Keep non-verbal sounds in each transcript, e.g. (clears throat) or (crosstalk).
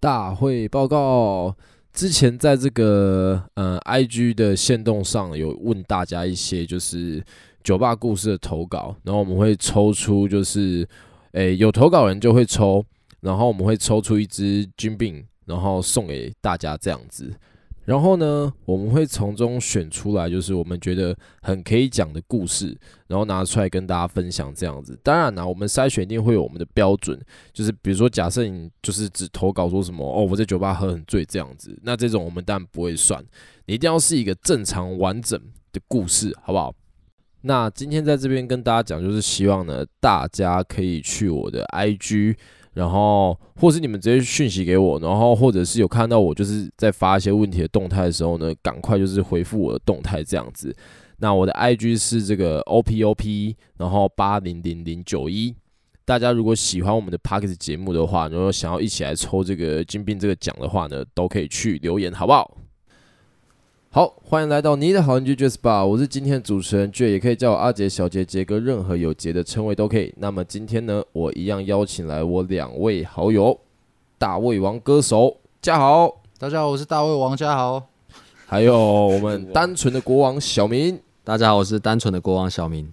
大会报告之前，在这个呃 IG 的线动上有问大家一些就是酒吧故事的投稿，然后我们会抽出就是诶、有投稿人就会抽，然后我们会抽出一支军病，然后送给大家这样子。然后呢，我们会从中选出来，就是我们觉得很可以讲的故事，然后拿出来跟大家分享这样子。当然啊啦、我们筛选一定会有我们的标准，就是比如说，假设你就是只投稿说什么哦，我在酒吧喝很醉这样子，那这种我们当然不会算。你一定要是一个正常完整的故事，好不好？那今天在这边跟大家讲，就是希望呢，大家可以去我的 IG，然后或是你们直接讯息给我，然后或者是有看到我就是在发一些问题的动态的时候呢，赶快就是回复我的动态这样子。那我的 IG 是这个 OPOP，然后八零零零九一。大家如果喜欢我们的 p a c k e t 节目的话，然后想要一起来抽这个金币这个奖的话呢，都可以去留言，好不好？好，欢迎来到你的好邻居 j e s p a 我是今天的主持人 J，也可以叫我阿杰、小杰、杰哥，任何有杰的称谓都可以。那么今天呢，我一样邀请来我两位好友，大胃王歌手嘉豪，大家好，我是大胃王家豪。还有我们单纯的国王小明。大家好，我是单纯的国王小明。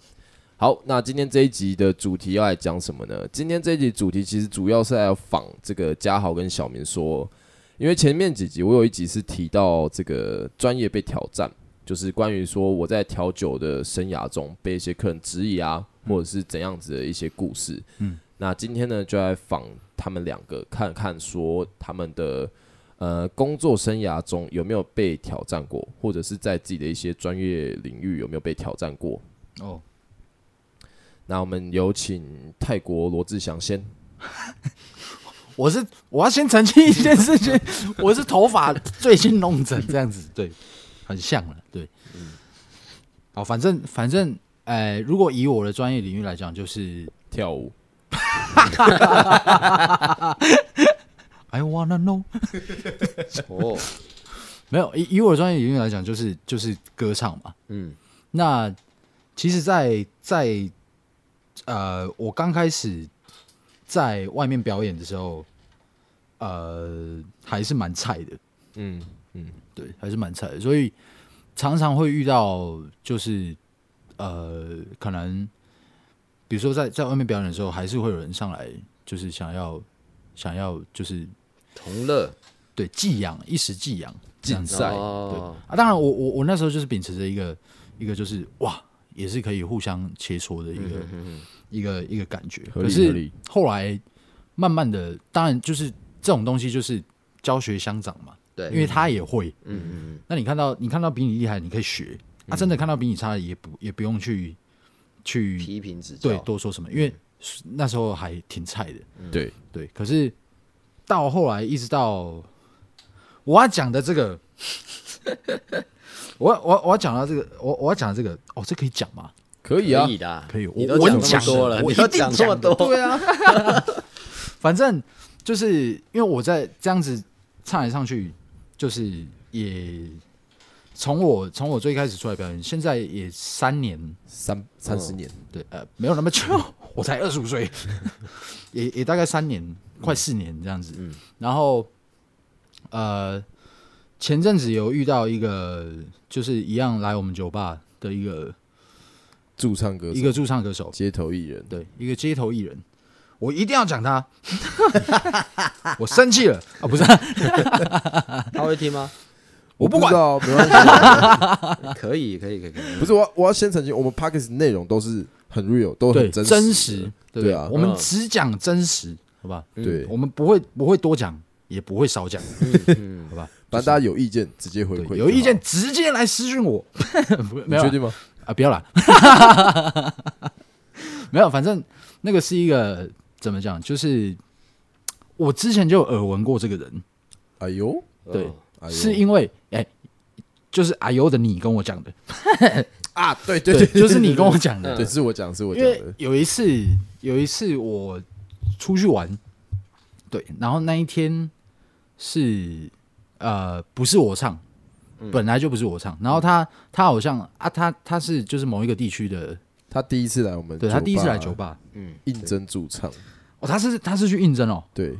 好，那今天这一集的主题要来讲什么呢？今天这一集主题其实主要是来仿这个嘉豪跟小明说，因为前面几集我有一集是提到这个专业被挑战，就是关于说我在调酒的生涯中被一些客人质疑啊，或者是怎样子的一些故事。嗯，那今天呢就来仿他们两个，看看说他们的。呃，工作生涯中有没有被挑战过，或者是在自己的一些专业领域有没有被挑战过？哦，那我们有请泰国罗志祥先。我是我要先澄清一件事情， (laughs) 我是头发最近弄成这样子，对，很像了，对。好，哦反正反正，呃，如果以我的专业领域来讲，就是跳舞， I wanna know，哦， (laughs) 没有以以我的专业领域来讲，就是就是歌唱嘛。嗯，那其实在，在呃，我刚开始在外面表演的时候，呃，还是蛮菜的，嗯对，还是蛮菜的，所以常常会遇到就是呃，可能比如说在在外面表演的时候，还是会有人上来，就是想要想要就是同乐对寄养一时寄养这样竞子赛，对哦，啊，当然我，我我那时候就是秉持着一个一个就是哇，也是可以互相切磋的一个、一个一个感觉。嗯合理可合是理后来慢慢的，当然就是这种东西就是教学相长嘛，对，因为他也会。嗯嗯那你看到你看到比你厉害，你可以学；嗯啊，真的看到比你差的，也不也不用去嗯，去批评指教，对多说什么，因嗯为那时候还挺菜的。对，对，可是到后来一直到我要讲的这个，我要我要我要讲到这个，我我要讲的这个，哦，这可以讲吗？可以啊可，以的啊，可以我你都我讲讲这么多了了，我你一都定讲这么讲的多，对啊， (laughs) 反正就是因为我在这样子唱来唱去，就是也从我从我最开始出来表演，现在也三年，三三十年，对，呃，没有那么久，我才二十五岁，也也大概三年，快四年这样子。嗯，然后呃，前阵子有遇到一个，就是一样来我们酒吧的一个驻唱歌手，一个驻唱歌手，街头艺人，对，一个街头艺人，我一定要讲他，我生气了啊，不是啊， (laughs) 他会听吗？我不管知道，没关系。(laughs) 可以，可以，可以，可以不是我，我要先澄清，我们 p a c k e s 内容都是很 real，都对，很真实的，对不对啊嗯我们嗯只讲真实，好吧？对我，们不会不会多讲，也不会少讲，好吧？反正大家有意见直接回馈就好，对，有意见直接来私讯我， (laughs) 不你没有确啊定吗？啊，不要啦， (laughs) 没有，反正那个是一个怎么讲，就是我之前就有耳闻过这个人，哎呦， (laughs) 对，哦哎呦是因为哎、就是阿尤的你跟我讲的，啊，对对对，对，就是你跟我讲的，对，对是我讲，是我因讲为的，有一次，有一次我出去玩，对，然后那一天是呃，不是我唱，本来就不是我唱。然后他他好像啊，他他是就是某一个地区的，他第一次来我们，对他第一次来酒，吧，嗯，应征驻唱，哦，他是他是去应征哦，对，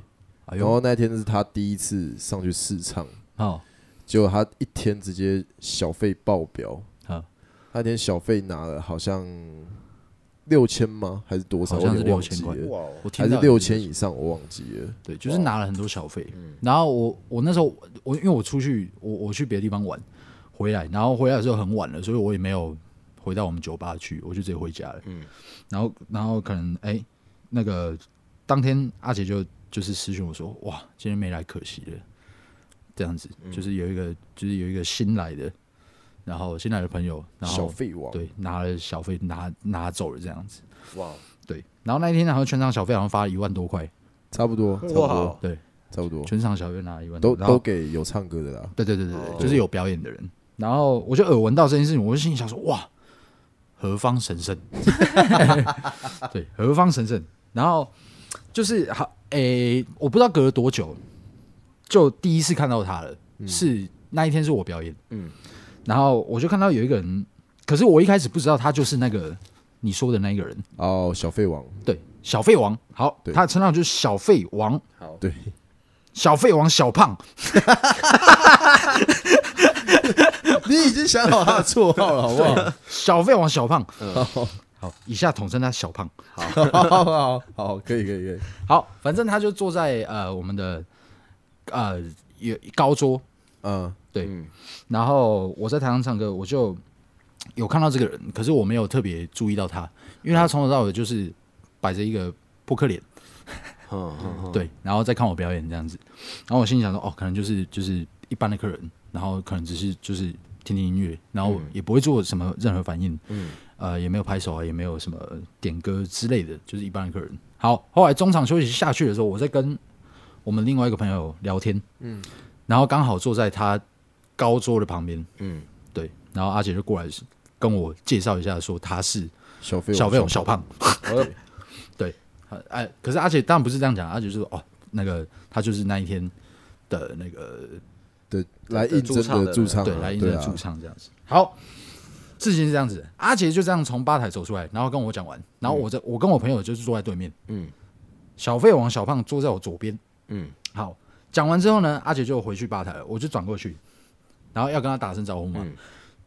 哎然呦后那天是他第一次上去试唱，哦，结果他一天直接小费爆表，啊，他那天小费拿了好像六千吗？还是多少？好像我有是点忘记6000块了哇哦，我听还是到六千以嗯上，我忘记了。对，就是拿了很多小费。然后我我那时候我因为我出去我我去别的地方玩，回来然后回来的时候很晚了，所以我也没有回到我们酒吧去，我就直接回家了。嗯，然后然后可能哎、那个当天阿杰就就是私讯我说哇今天没来可惜了，这样子嗯就是有一个就是有一个新来的，然后新来的朋友，然小后费王，对拿了小费拿拿走了这样子。哇哦，对，然后那一天好像全场小费好像发了一万多块，差不多，差不哇多，对，差不多，全场小费拿了一万多，都然后都给有唱歌的啦。对对对对，对，哦就是有表演的人。然后我就耳闻到这件事情，我就心里想说：哇，何方神圣？ (laughs) 对，何方神圣？然后就是好，诶、我不知道隔了多久，就第一次看到他了。嗯是那一天是我表演，嗯然后我就看到有一个人，可是我一开始不知道他就是那个你说的那一个人，哦，小费王，对，小费王。好，对他的称号就是小费王。好，对，小费王小胖， (laughs) 你已经想好他的绰号了，好不 (laughs) 好？小费王小胖，嗯 (laughs) 好，以下统称他小胖。好好好好，可以可以可以，好，反正他就坐在呃我们的呃有高桌，嗯，对，嗯然后我在台上唱歌，我就有看到这个人，可是我没有特别注意到他，因为他从头到尾就是摆着一个扑克脸，嗯嗯，对，然后再看我表演这样子，然后我心里想说，哦，可能就是就是一般的客人，然后可能只是就是听听音乐，然后也不会做什么任何反应，嗯，呃，也没有拍手啊，也没有什么点歌之类的，就是一般的客人。好，后来中场休息下去的时候，我在跟我们另外一个朋友聊天，嗯，然后刚好坐在他高桌的旁边，嗯，对，然后阿姐就过来跟我介绍一下，说他是小费小费费哎王小胖， (laughs) 哦哎，可是阿姐当然不是这样讲，阿姐就说哦，那个他就是那一天的那个对，来应征的驻唱啊，对来应征的啊驻唱这样子。好，事情是这样子，阿杰就这样从吧台走出来，然后跟我讲完，然后我在、我跟我朋友就是坐在对面，嗯小费王小胖坐在我左边。嗯好，讲完之后呢，阿杰就回去吧台了，我就转过去，然后要跟他打声招呼嘛。嗯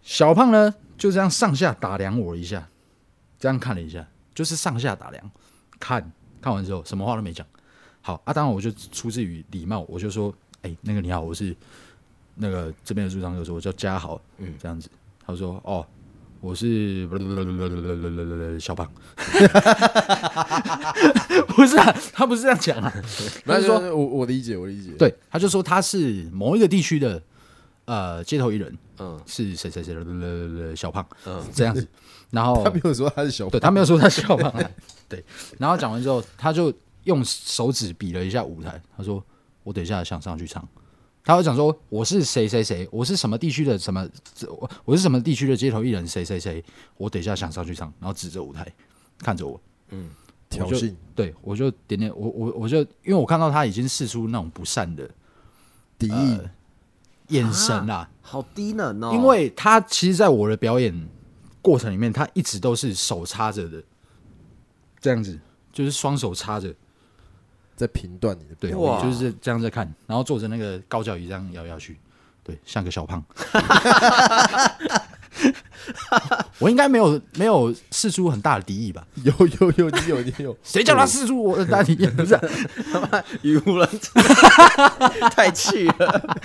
小胖呢就这样上下打量我一下，这样看了一下，就是上下打量，看看完之后什么话都没讲。好啊，当然我就出自于礼貌，我就说，哎、那个你好，我是那个这边的驻唱歌手，我叫嘉豪，嗯嗯，这样子。他说，哦，我是小胖， (laughs) 不是啊，他不是这样讲啊，那他就就说说我我理解我理解，，对，他就说他是某一个地区的呃街头艺人，嗯是谁谁谁小胖嗯这样子，然后他没有说他是小对胖，他没有说他是小胖啊，对，然后讲完之后，他就用手指比了一下舞台，他说我等一下想上去唱。他会讲说我是谁谁谁，我是什么地区的什么，我我是什么地区的街头艺人谁谁谁，我等一下想上去唱，然后指着舞台看着我，嗯挑我就呃衅对我就点点我我我就因为我看到他已经试出那种不善的敌意，眼神啦、啊，好低能哦，(laughs) 因为他其实，在我的表演过程里面，他一直都是手插着的，这样子，就是双手插着，在评断你的对，表我哇就是这样在看，然后坐着那个高脚椅这样摇来摇去，对，像个小胖。我应该没有没有试出很大的敌意吧？ (laughs) 有有有你有你有， (laughs) 谁叫他试出我的大敌意？ (laughs) 不是啊、语无伦次，太气 (laughs) 了，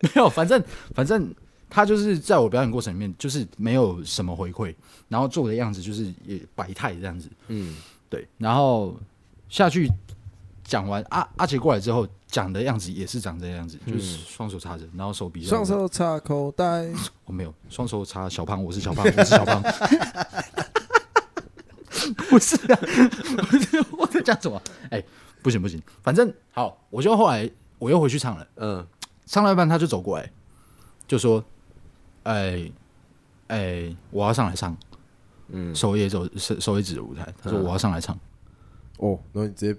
没有，反正反正他就是在我表演过程里面，就是没有什么回馈，然后做的样子就是也摆态这样子，嗯对，然后下去讲完阿阿杰过来之后讲的样子也是长这样子，就是双手插着，然后手比双手插口袋，我、哦没有双手插小胖，我是小胖，我是小胖， (laughs) 不是啊，不是我在讲什么？哎、不行不行，反正好，我就后来我又回去唱了，嗯唱到一半他就走过来，就说：“哎哎，我要上来唱。”嗯手也走，手手也指着舞台，他说：“我要上来唱。哦，然后你直接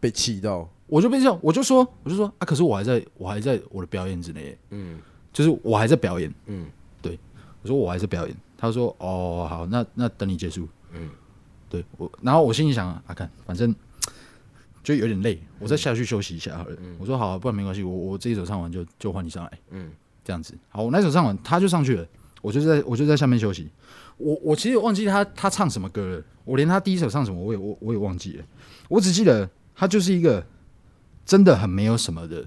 被气到，我就变成这样，我就说，我就说啊，可是我还在我还在我的表演之内，嗯就是我还在表演，嗯，对，我说我还在表演，他说哦好，那那等你结束，嗯，对我，然后我心里想啊，看反正就有点累，我再下去休息一下好了，我说好、不然没关系，我我这一手上完就就换你上来，嗯，这样子，好，我那手上完他就上去了，我就在我就在下面休息，我我其实忘记他他唱什么歌了，我连他第一首唱什么我也我我也忘记了，我只记得他就是一个真的很没有什么的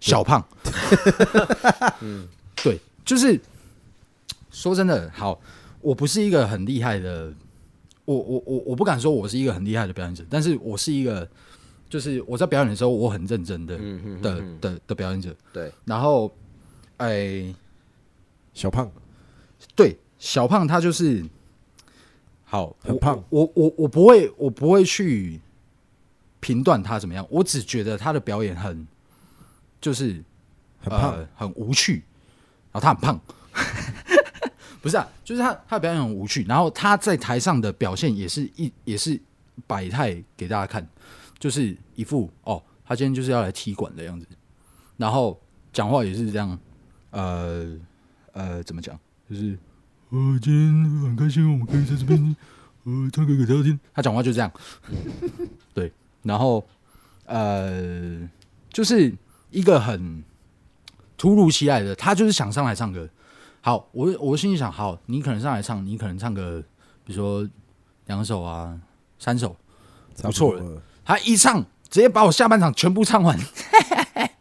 小胖，对，就是说真的，好，我不是一个很厉害的，我我我我不敢说我是一个很厉害的表演者，但是我是一个，就是我在表演的时候我很认真的、的的的表演者，对，然后，哎、小胖对，小胖他就是好，很我胖。我我我不会，我不会去评断他怎么样，我只觉得他的表演很就是很胖，呃很无趣，然后他很胖， (laughs) 不是啊，就是他他的表演很无趣，然后他在台上的表现也是一也是百态给大家看，就是一副哦，他今天就是要来踢馆的样子，然后讲话也是这样，呃呃，怎么讲，就是呃，今天很开心，我们可以在这边 (laughs) 呃唱歌给大家听，他讲话就这样，对，然后呃，就是一个很突如其来的，他就是想上来唱歌。好，我我心里想，好，你可能上来唱，你可能唱个，比如说两首啊，三首，差不错多了，他一唱，直接把我下半场全部唱完，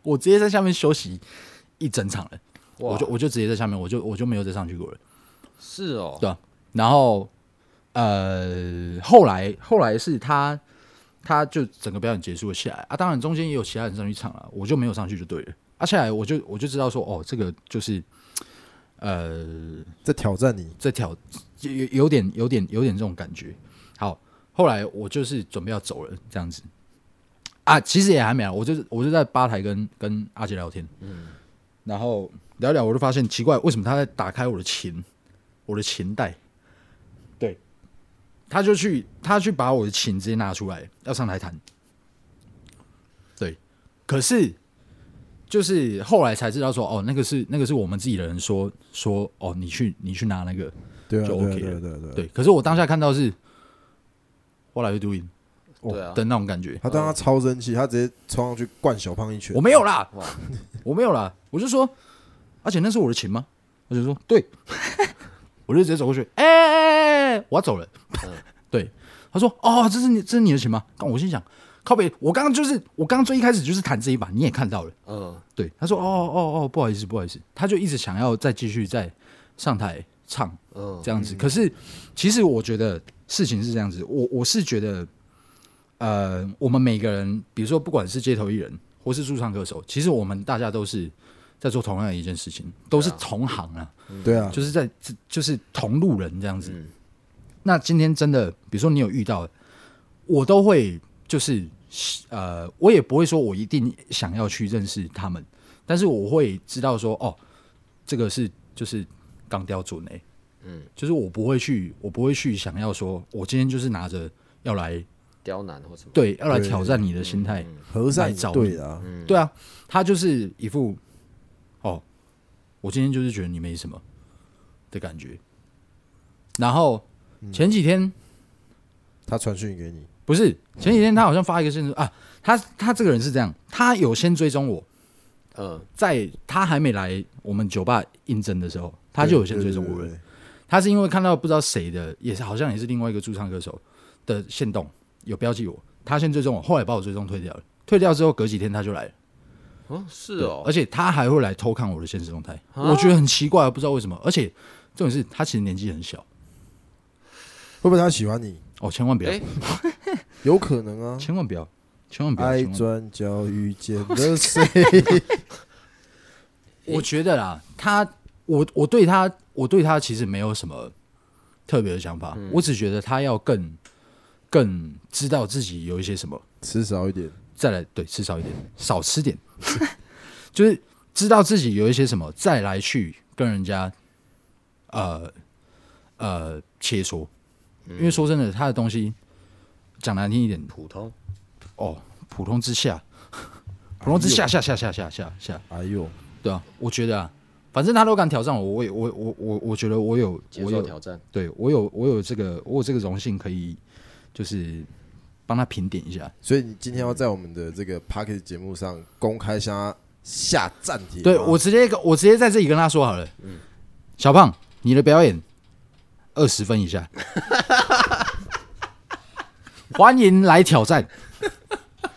我直接在下面休息一整场了，哇我就我就直接在下面，我就我就没有再上去过了。是哦，对啊，然后呃，后来后来是他，他就整个表演结束了下来啊，当然中间也有其他人上去唱了，我就没有上去就对了。啊，下来我就我就知道说，哦，这个就是呃，在挑战你，这条有有有点有点有点这种感觉。好，后来我就是准备要走了，这样子啊，其实也还没啊，我就是我就在吧台跟跟阿杰聊天，嗯，然后聊一聊，我就发现奇怪，为什么他在打开我的琴，我的琴带，对，他就去他去把我的琴直接拿出来要上台弹，对，可是。就是后来才知道说，哦，那个是那个是我们自己的人说说，哦，你去你去拿那个，对啊，就对啊 OK 对啊了对啊对啊对，可是我当下看到是 What are you doing 对啊，的那种感觉，他当他超生气，他直接冲上去灌小胖一拳我。没有啦哇，我没有啦，我就说，而且那是我的琴吗？他就说对，我就直接走过去，哎哎哎哎，我要走了。对，他说哦，这是你这是你的琴吗？刚我心想，靠北，我刚刚就是我刚刚最一开始就是弹这一把，你也看到了。嗯，对，他说哦哦哦，不好意思不好意思，他就一直想要再继续再上台唱，嗯这样子。可是其实我觉得事情是这样子，我我是觉得，呃，我们每个人，比如说不管是街头艺人或是驻唱歌手，其实我们大家都是在做同样的一件事情，都是同行啊，对啊，就是在就是同路人这样子。那今天真的，比如说你有遇到，我都会就是呃，我也不会说我一定想要去认识他们，但是我会知道说，哦，这个是就是钢雕准诶、嗯，就是我不会去，我不会去想要说，我今天就是拿着要来刁难或什么，对要来对挑战你的心态，和善来找你对啊，对啊，他就是一副哦，我今天就是觉得你没什么的感觉。然后嗯前几天、他传讯给你，不是前几天，他好像发一个现实啊，他他这个人是这样，他有先追踪我，嗯，在他还没来我们酒吧应征的时候，他就有先追踪我对了。对对他是因为看到不知道谁的，也是好像也是另外一个驻唱歌手的线动有标记我，他先追踪我，后来把我追踪退掉了。退掉之后，隔几天他就来了。哦，是对哦而，且他还会来偷看我的现实动态，我觉得很奇怪，不知道为什么。而且重点是他其实年纪很小会不会他喜欢你？哦，千万不要，哎，有可能啊。千万不要，千万不要，爱千万不要转角遇见了谁？ (laughs) 我觉得啦，他我我对他我对他其实没有什么特别的想法，我只觉得他要更更知道自己有一些什么，吃少一点，再来对吃少一点，少吃点， (laughs) 就是知道自己有一些什么，再来去跟人家呃呃切磋，因为说真的，他的东西讲难听一点普通， (laughs) 哦，普通之下，普通之下下下下下下下，哎呦，对啊，我觉得啊，反正他都敢挑战我，我也我我我我觉得我有接我受有挑战。对我有我有这个我有这个荣幸可以就是帮他评点一下。所以你今天要在我们的这个 p a c k e t 节目上公开向他下暂停吗。对我直接跟我直接在这里跟他说好了，小胖，你的表演二十分以 (laughs) 下，欢迎来挑战，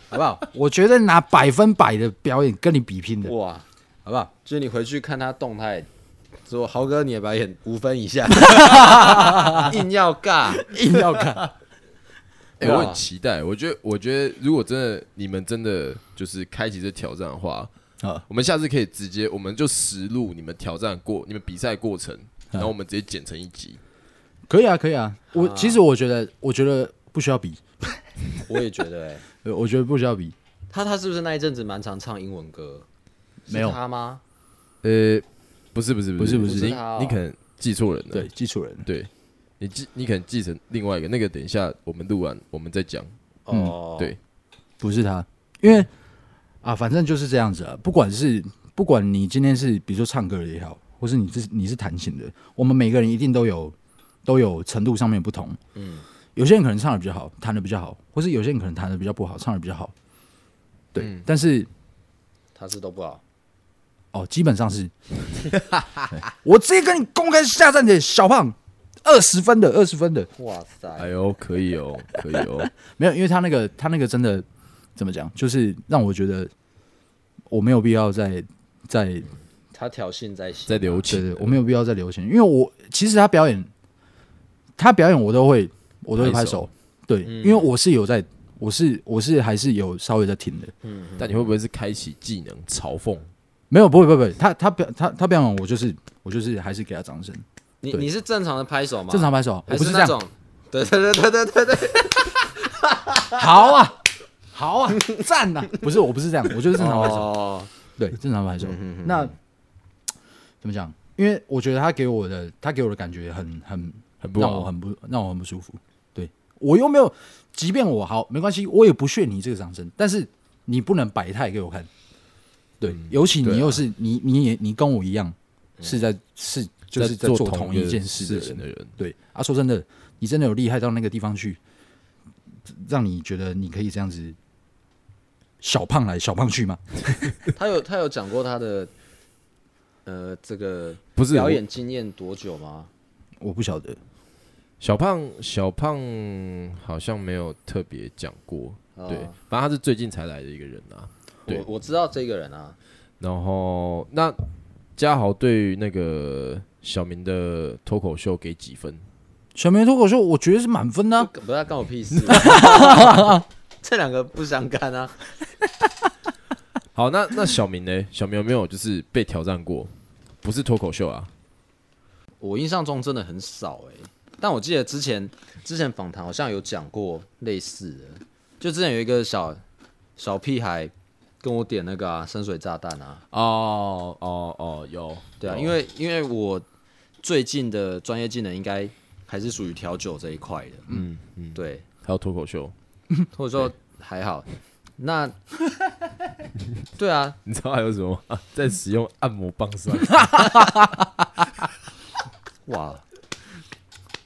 好不 (laughs) 好？我觉得拿百分百的表演跟你比拼的，哇，好不好？就是你回去看他动态，说豪哥你的表演五分以 (laughs) 下， (laughs) 硬要尬，硬要看。哎、对啊我很期待。我觉得，我觉得如果真的你们真的就是开启这挑战的话，啊我们下次可以直接，我们就实录你们挑战过、你们比赛过程，然后我们直接剪成一集。可以啊，可以啊。我其实我觉得，我觉得不需要比，我也觉得哎、呃我觉得不需要比，他他是不是那一阵子蛮常唱英文歌？是没有他吗？呃，不是，不是，不是不是你他哦你可能记错人了。对，基础人。对，你记，你可能记成另外一个。那个等一下我们录完我们再讲。嗯哦，对，不是他，因为啊，反正就是这样子啊。不管是不管你今天是比如说唱歌的也好，或是你是你是弹琴的，我们每个人一定都有都有程度上面不同。嗯，有些人可能唱的比较好，弹的比较好，或是有些人可能弹的比较不好，唱的比较好。对，但是他是都不好。哦，基本上是，对我直接跟你公开下战的小胖，二十分的，二十分的，哇塞，哎呦，可以哦，可以哦。没有，因为他那个他那个真的怎么讲，就是让我觉得我没有必要再再他挑衅在先在留情对，对，我没有必要再留情，因为我其实他表演，他表演我都会，我都会拍拍手手，对，嗯因为我是有在，我是我是还是有稍微在听的，但你会不会是开启技能嘲讽？没有，不会不会不会，他他表他他表演我就是我就是还是给他掌声，你对你是正常的拍手吗？正常拍手，啊我还不是这那样，种？对对对对对对对，好啊好啊赞呐，不是我不是这样，我就是正常拍手，哦，对，嗯正常拍手，那怎么讲？因为我觉得他给我的他给我的感觉很很很不让好我很不让我很不舒服。对我又没有，即便我好没关系，我也不屑你这个掌声，但是你不能摆态给我看。对，尤其对啊你嗯又是、你你也你跟我一样是在是就是在在做同一一件个事情的人，对啊，说真的，你真的有厉害到那个地方去，让你觉得你可以这样子小胖来小胖去吗？他有他有讲过他的呃这个不是表我演经验多久吗？我不晓得，小胖，小胖好像没有特别讲过，哦对，反正他是最近才来的一个人啊。对我我知道这个人啊，然后那嘉豪对于那个小明的脱口秀给几分？小明脱口秀我觉得是满分的啊、不要干我屁事， (laughs) 这两个不相干啊。好，那那小明呢？ (laughs) 小明有没有就是被挑战过？不是脱口秀啊，我印象中真的很少哎、但我记得之前之前访谈好像有讲过类似的，就之前有一个小小屁孩跟我点那个啊深水炸弹啊，哦哦哦，有，对啊，有因为因为我最近的专业技能应该还是属于调酒这一块的，嗯嗯，对，还有脱口秀，或者说还好，那 (laughs) 对啊，你知道还有什么吗？ (laughs) 在使用按摩棒上，哇，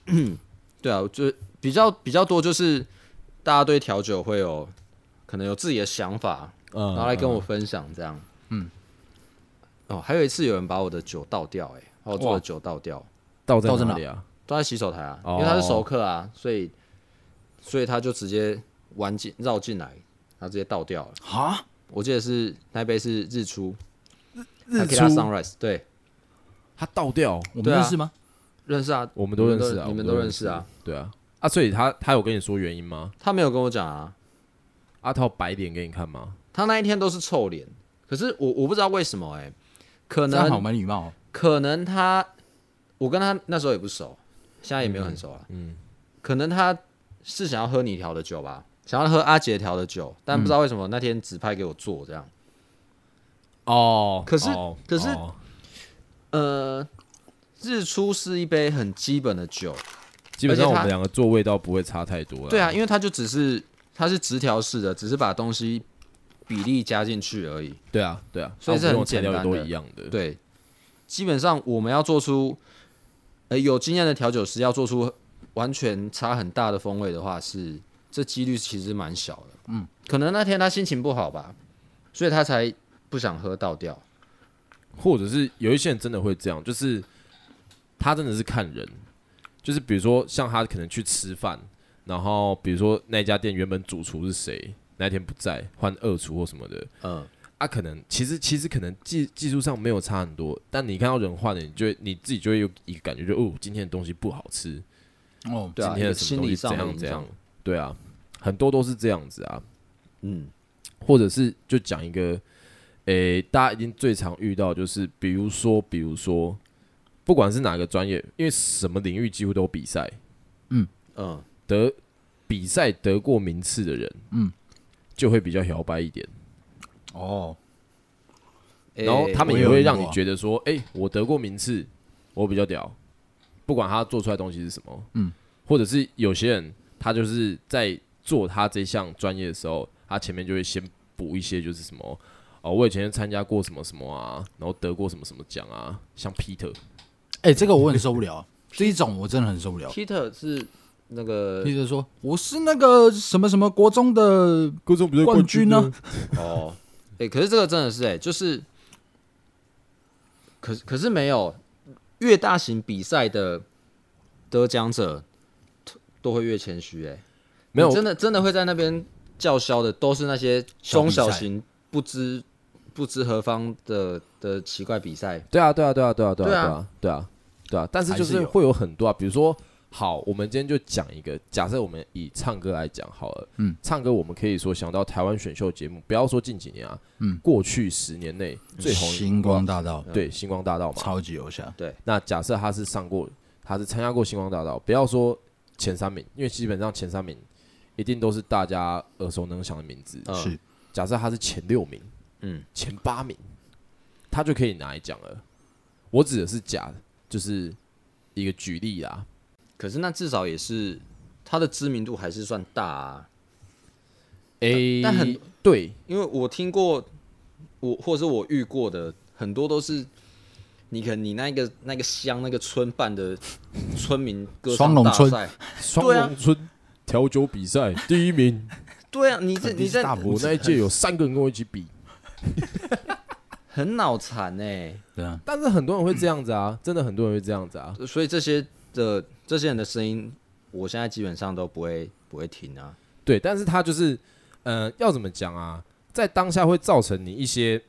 (clears throat) 对啊，就比较比较多，就是大家对调酒会有可能有自己的想法，嗯然后来跟我分享这样。嗯，哦，还有一次有人把我的酒倒掉、哎，把我做的酒倒掉，倒在倒在哪哪里啊？倒在洗手台啊，哦因为他是熟客啊，所以所以他就直接玩进绕进来，然后直接倒掉了。哈我记得是那杯是日出，日他 sunrise，对，他倒掉，我们对啊认识吗？认识啊，我们都认识啊，你们我都认识啊，，对啊，啊，所以他他有跟你说原因吗？他没有跟我讲啊，阿涛摆脸给你看吗？他那一天都是臭脸，可是我我不知道为什么哎、可这样好能没礼貌、哦。可能他，我跟他那时候也不熟，现在也没有很熟啊，嗯，可能他是想要喝你调的酒吧，想要喝阿杰调的酒，但不知道为什么那天指派给我做这样，哦，可是哦可是哦呃，日出是一杯很基本的酒，基本上而且我他们两个做啊味道不会差太多了。对啊，，因为它就只是它是直条式的，只是把东西比例加进去而已。对啊，对啊，所以它是很用的材料简也单都的一样的。对，基本上我们要做出，呃，有经验的调酒师要做出完全差很大的风味的话是，这几率其实蛮小的。嗯，可能那天他心情不好吧，所以他才不想喝倒掉。或者是有一些人真的会这样，就是他真的是看人，就是比如说像他可能去吃饭，然后比如说那家店原本主厨是谁，那天不在换二厨或什么的，嗯，啊，可能其实其实可能技技术上没有差很多，但你看到人换了，你就会你自己就会有一个感觉就，哦，今天的东西不好吃，哦，对啊，今天有的什心么东理西上怎的样影怎样响，对啊，很多都是这样子啊，嗯，或者是就讲一个，诶、大家一定最常遇到就是，比如说，比如说，不管是哪个专业，因为什么领域几乎都有比赛，嗯，得比赛得过名次的人，嗯，就会比较摇摆一点，哦，然后欸他们我也有会遇让过你啊觉得说，诶、我得过名次，我比较屌，不管他做出来的东西是什么，嗯，或者是有些人他就是在做他这项专业的时候，他前面就会先补一些就是什么。哦，我以前参加过什么什么啊，然后得过什么什么奖啊，像 Peter，哎、这个我很受不 (laughs) 了啊，这一种我真的很受不了。 Peter 是那个譬如说，我是那个什么什么国中的各种比赛冠军 (laughs) 呢冠哦，哎、可是这个真的是哎、就是，可是可是没有，越大型比赛的得奖者都会越谦虚哎，没有你真的真的会在那边叫嚣的，都是那些中小型不知不知何方的的奇怪比赛，对啊，对啊，对啊，对啊，对对啊，啊对啊，对啊，对啊，但是就还是是有会有很多啊，比如说，好，我们今天就讲一个，假设我们以唱歌来讲好了，嗯，唱歌我们可以说想到台湾选秀节目，不要说近几年啊，嗯，过去十年内最红星光大道嗯对星光大道嘛，超级偶像，那假设他是上过，他是参加过星光大道，不要说前三名，因为基本上前三名一定都是大家耳熟能详的名字，嗯是假设他是前六名，嗯，前八名，他就可以拿一奖了。我指的是假的，就是一个举例啦。可是那至少也是他的知名度还是算大啊。诶、但很对，因为我听过，我或者是我遇过的很多都是，你可能你那个那个乡那个村办的村民歌双唱龙大村赛，双对啊龙村调酒比赛第一名，对啊，你这定 (laughs) 你是这大拇我那一届有三个人跟我一起比，很脑残哎，对啊，但是很多人会这样子嗯啊，真的很多人会这样子啊。所以这些的这些人的声音，我现在基本上都不会不会听啊，对，但是他就是，呃，要怎么讲啊？在当下会造成你一些，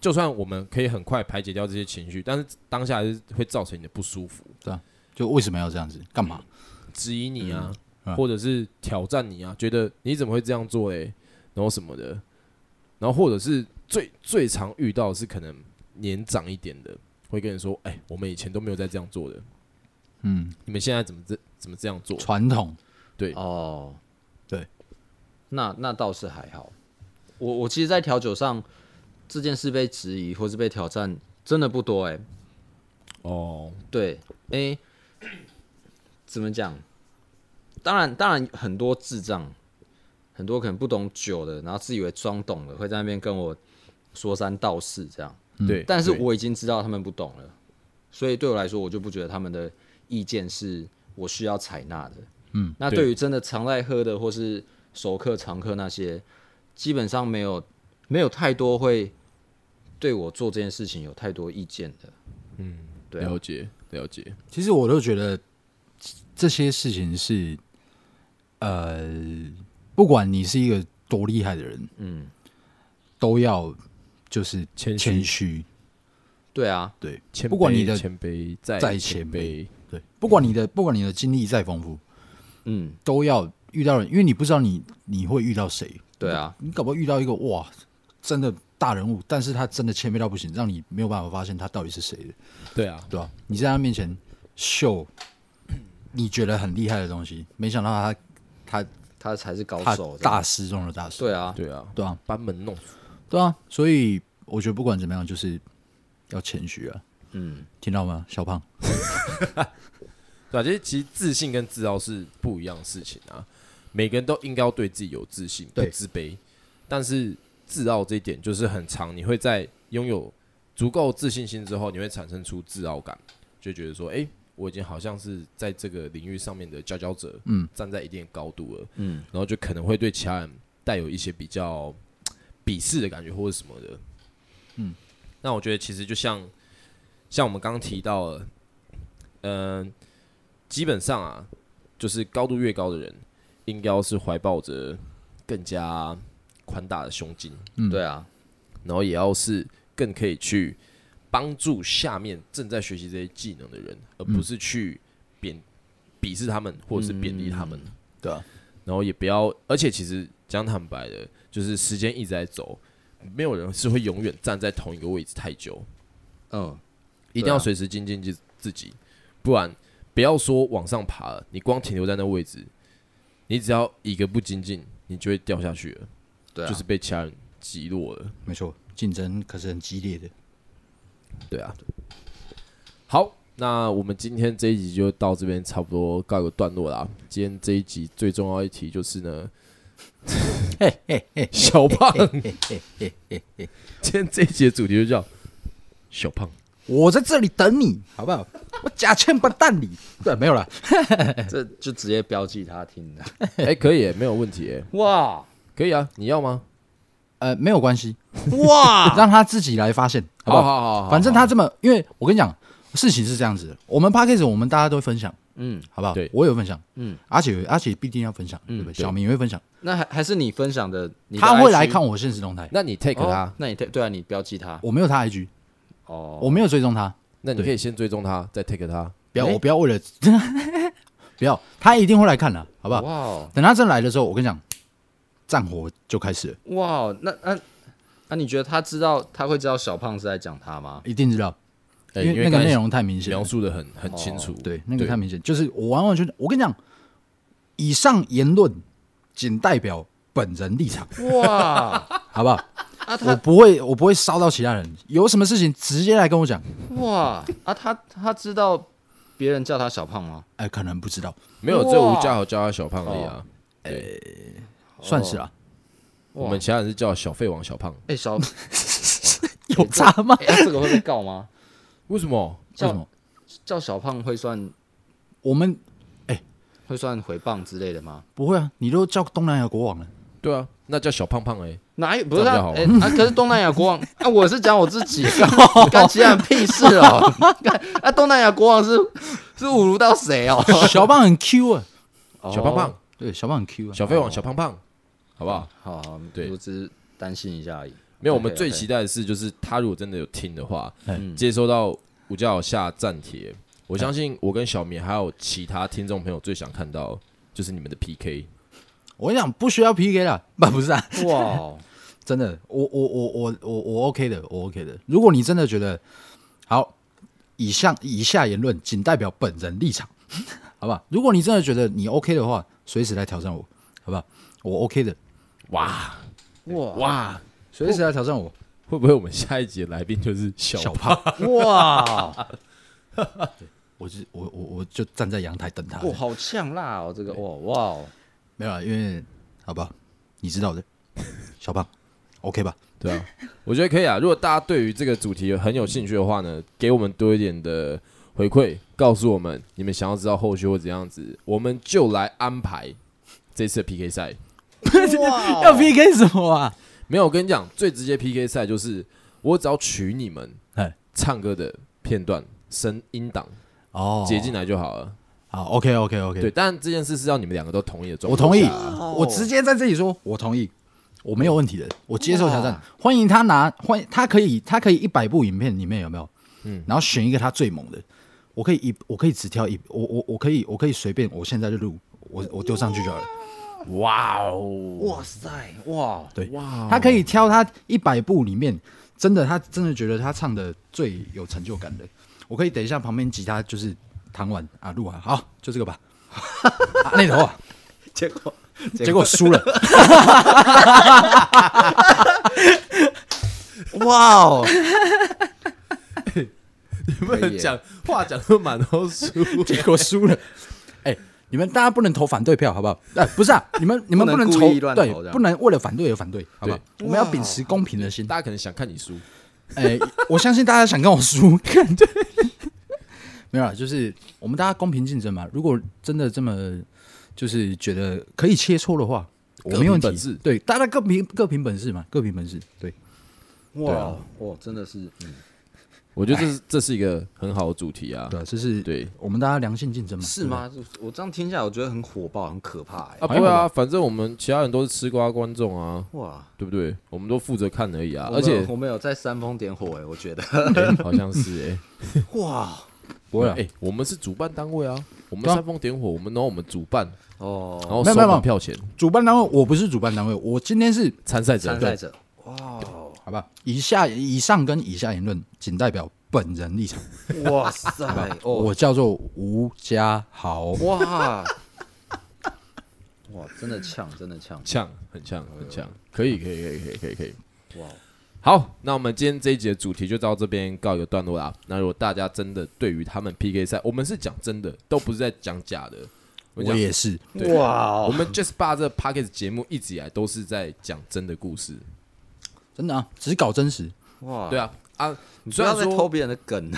就算我们可以很快排解掉这些情绪，但是当下还是会造成你的不舒服。就为什么要这样子？干嘛？质疑你啊，嗯或者是挑战你啊，觉得你怎么会这样做嘞，然后什么的，然后或者是最最常遇到的是可能年长一点的会跟你说，哎、我们以前都没有在这样做的，嗯，你们现在怎么这怎么这样嗯做？传统哦，对，那那倒是还好。我我其实，在调酒上这件事被质疑或是被挑战，真的不多哎、哦，对，诶，怎么讲？当然，当然，很多智障，很多可能不懂酒的，然后自以为装懂的，会在那边跟我说三道四这样。嗯对，但是对我已经知道他们不懂了，所以对我来说，我就不觉得他们的意见是我需要采纳的。嗯，那对对于真的常在喝的或是熟客、常客那些，基本上没有没有太多会对我做这件事情有太多意见的。嗯，对啊、了解了解，其实我都觉得这些事情是，呃，不管你是一个多厉害的人，嗯，都要就是谦虚谦虚，对啊，对，谦不管卑你的谦卑再再谦谦卑，对，不管你的不管你的经历再丰富，嗯，都要遇到人，因为你不知道你你会遇到谁，对啊，你搞不好遇到一个哇，真的大人物，但是他真的谦卑到不行，让你没有办法发现他到底是谁的，对啊，对吧、你在他面前秀你觉得很厉害的东西，没想到他他他才是高他手。大师中的大师，对啊，对啊，对啊，班门弄斧，对啊，所以我觉得不管怎么样，就是要谦虚啊，嗯，听到吗，小胖？对啊，其实其实自信跟自傲是不一样的事情啊，每个人都应该要对自己有自信，不对自卑，但是自傲这一点就是很长，你会在拥有足够自信心之后，你会产生出自傲感，就觉得说，哎、我已经好像是在这个领域上面的佼佼者，嗯，站在一定的高度了，嗯，然后就可能会对其他人带有一些比较鄙视的感觉或者什么的，嗯，那我觉得其实就像像我们刚刚提到了，嗯、基本上啊，就是高度越高的人，应该是怀抱着更加宽大的胸襟，嗯对啊，然后也要是更可以去帮助下面正在学习这些技能的人，而不是去贬鄙视他们或者是贬低他们。嗯对啊，然后也不要，而且其实讲坦白的，就是时间一直在走，没有人是会永远站在同一个位置太久，嗯，一定要随时精进自自己，不然不要说往上爬了，你光停留在那位置，你只要一个不精进，你就会掉下去了，对啊，就是被其他人击落了。没错，竞争可是很激烈的。对啊。好，那我们今天这一集就到这边差不多告一个段落啦。今天这一集最重要一题就是 (laughs) 呢，小胖，今天这一集的主题就叫小 (laughs) 胖。我在这里等你，好不 (laughs) 好？我假欠不蛋你。对，没有了。哎这就直接标记他听 (laughs) 的。哎、可以耶，没有问题耶，哇可以啊，你要吗？呃，没有关系， (laughs) 哇，让他自己来发现，好不好好好？好好，反正他这么，因为我跟你讲，事情是这样子的，我们 p a c k a g e 我们大家都会分享，嗯，好不好？对我有分享，嗯嗯，而且而且必定要分享，对不对？对小明也会分享，那还还是你分享的，你的他会来 IG 看我现实动态，那你 take 哦他，那你对对啊，你标记他我没有他 IG，哦。我没有追踪他，那你可以先追踪他，再 take 他。不要，诶我不要为了， (laughs) 不要，他一定会来看的，好不好？哇哦等他真来的时候，我跟你讲，战火就开始了，哇哦，那那那你觉得他知道他会知道小胖是在讲他吗？一定知道，哎因为那刚个才内容太明显了描，述的很很清楚，对，那个太明显，就是我完完全全，我跟你讲，以上言论仅代表本人立场， (laughs) 哇好不好？ (laughs) 啊我他不会，我不会烧到其他人。有什么事情直接来跟我讲。哇啊他他知道别人叫他小胖吗？哎、可能不知道，没有这吴家豪叫他小胖而已啊。算是啦、我们其他人是叫小废王小胖，哎、小、有差吗？哎啊这个会被告吗？为什么？为 (laughs) 叫什么？叫小胖会算我们会算回谤之类的吗？不会啊，你都叫东南亚国 (laughs) 王了，对啊，那叫小胖胖哎、哪有不是这样啊比较好？哎、啊，可是东南亚 (laughs) 国王啊，我是讲我自己，干其他人屁事哦。 (laughs) 干啊，东南亚国王是是侮辱到谁哦？小胖很 Q 啊，小胖胖，对，小胖很 Q 啊，小飞王小胖胖，好不好？好好，对我只是担心一下而已。没有，我 OK，们最 OK 期待的是，就是他如果真的有听的话嗯，接收到吴家豪下站帖，我相嗯信我跟小明还有其他听众朋友最想看到就是你们的 PK。我跟你讲，不需要 PK 啦，不不是啊，哇，哦真的，我我我我我我 OK 的，我 OK 的。如果你真的觉得好，以上以下言论仅代表本人立场， (laughs) 好吧？如果你真的觉得你 OK 的话，随时来挑战我，好吧？我 OK 的，哇哇哦 (laughs) 哇！随时来挑战我。会不会我们下一集的来宾就是小小胖？胖，哇，哦我就我我我就站在阳台等他。哇，好呛辣哦！这个哇哇哦，没有啦，啊因为好吧，你知道的，小胖，OK 吧？对啊，我觉得可以啊。如果大家对于这个主题很有兴趣的话呢，给我们多一点的回馈，告诉我们你们想要知道后续会怎样子，我们就来安排这次的 PK 赛。哇 (laughs) 要 PK 什么啊？没有，我跟你讲，最直接 PK 赛就是我只要取你们哎唱歌的片段、声音档哦，截进来就好了。好，OK OK OK，对，当然这件事是要你们两个都同意的状我况同下意，啊我直接在这里说，我同意，我没有问题的，我接受挑战，欢迎他拿，欢迎他可以，他可以一百部影片里面有没有？嗯，然后选一个他最猛的，我可以一，我可以只挑一，我我我可以，我可以随便，我现在就录，我我丢上去就好了。哇哦，哇塞，哇哦对，哇他可以挑他一百部里面，真的他真的觉得他唱的最有成就感的，我可以等一下旁边吉他就是弹完啊录完，好就这个吧， (laughs) 啊、那头啊，结果结果输了。哇 (laughs) 哦，啊 (laughs) 你们讲话讲的满都输， (laughs) 结果输了。哎、你们大家不能投反对票，好不好？呃，不 (laughs) 是啊，你们你们不不能能故投意乱投这对，样不能为了反对而反对，好不好？我对们要秉持公平的心。大家可能想看你输，哎、我相信大家想跟我 (laughs) 输，看对，没有啦，就是我们大家公平竞争嘛。如果真的这么就是觉得可以切磋的话，我各没凭问题本事。对，大家各凭各凭本事嘛，各凭本事。对，哇哇，真的是，嗯我觉得这是这是一个很好的主题啊。对啊，这是对我们大家良性竞争嘛。是吗？我这样听下来，我觉得很火爆，很可怕哎啊，。不会啊，反正我们其他人都是吃瓜观众啊，哇，对不对？我们都负责看而已啊，我而们有且我们有在煽风点火哎，我觉得哎 (laughs) 好像是哎，哇对不对？不会啊啦，哎，我们是主办单位啊，我们对啊煽风点火，我们然后我们主办，然哦，后没收有没有门票钱，主办单位我不是主办单位，我今天是参赛者参赛者哇好吧？以下以上跟以下言论仅代表本人立场。哇塞哦我叫做吴家豪。哇哇，真的呛，真的呛呛，很呛，很呛，嗯可以，可以，可以，可以，可以，可以。哇！哦好，那我们今天这一节主题就到这边告一个段落啦。那如果大家真的对于他们 PK 赛，我们是讲真的，都不是在讲假的。我我讲，也是，对啊哇哦我们 Just Bar 这 p o c k e t 节目一直以来都是在讲真的故事。真的啊，只搞真实。哇，对，啊，啊，你不虽要然再偷说别人的梗，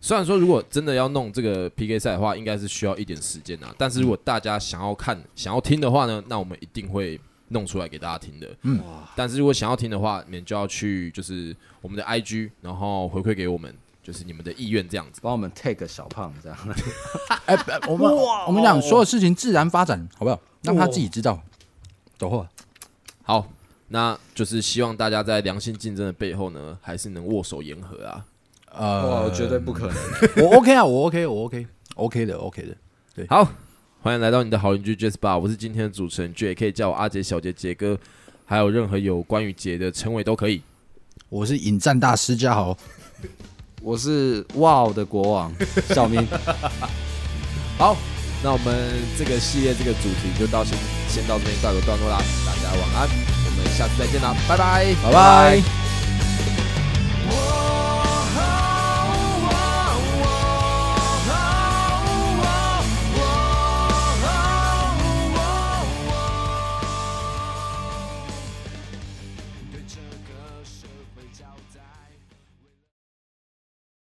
虽然说如果真的要弄这个 PK 赛的话，应该是需要一点时间啊。但是如果大家想要看、想要听的话呢，那我们一定会弄出来给大家听的。嗯哇，但是如果想要听的话，你们就要去就是我们的 IG，然后回馈给我们，就是你们的意愿这样子。帮我们 take 小胖这样。哎、哎我们我们讲所有事情自然发展，好不好？让他自己知道。走后啊，好，那就是希望大家在良性竞争的背后呢，还是能握手言和啊。哇，我呃，绝对不可能。我 OK 啊，我 OK，我 OK，OK 的，OK 的。好，欢迎来到你的好邻居 Jazz Bar，我是今天的主持人 J，也可以叫我阿杰、小杰、杰哥，还有任何有关于杰的称谓都可以。我是引战大师家豪，我是哇、wow、的国王小明，好，那我们这个系列这个主题就到先先到这边告一个段落啦，大家晚安，我们下次再见啦，拜拜，拜拜。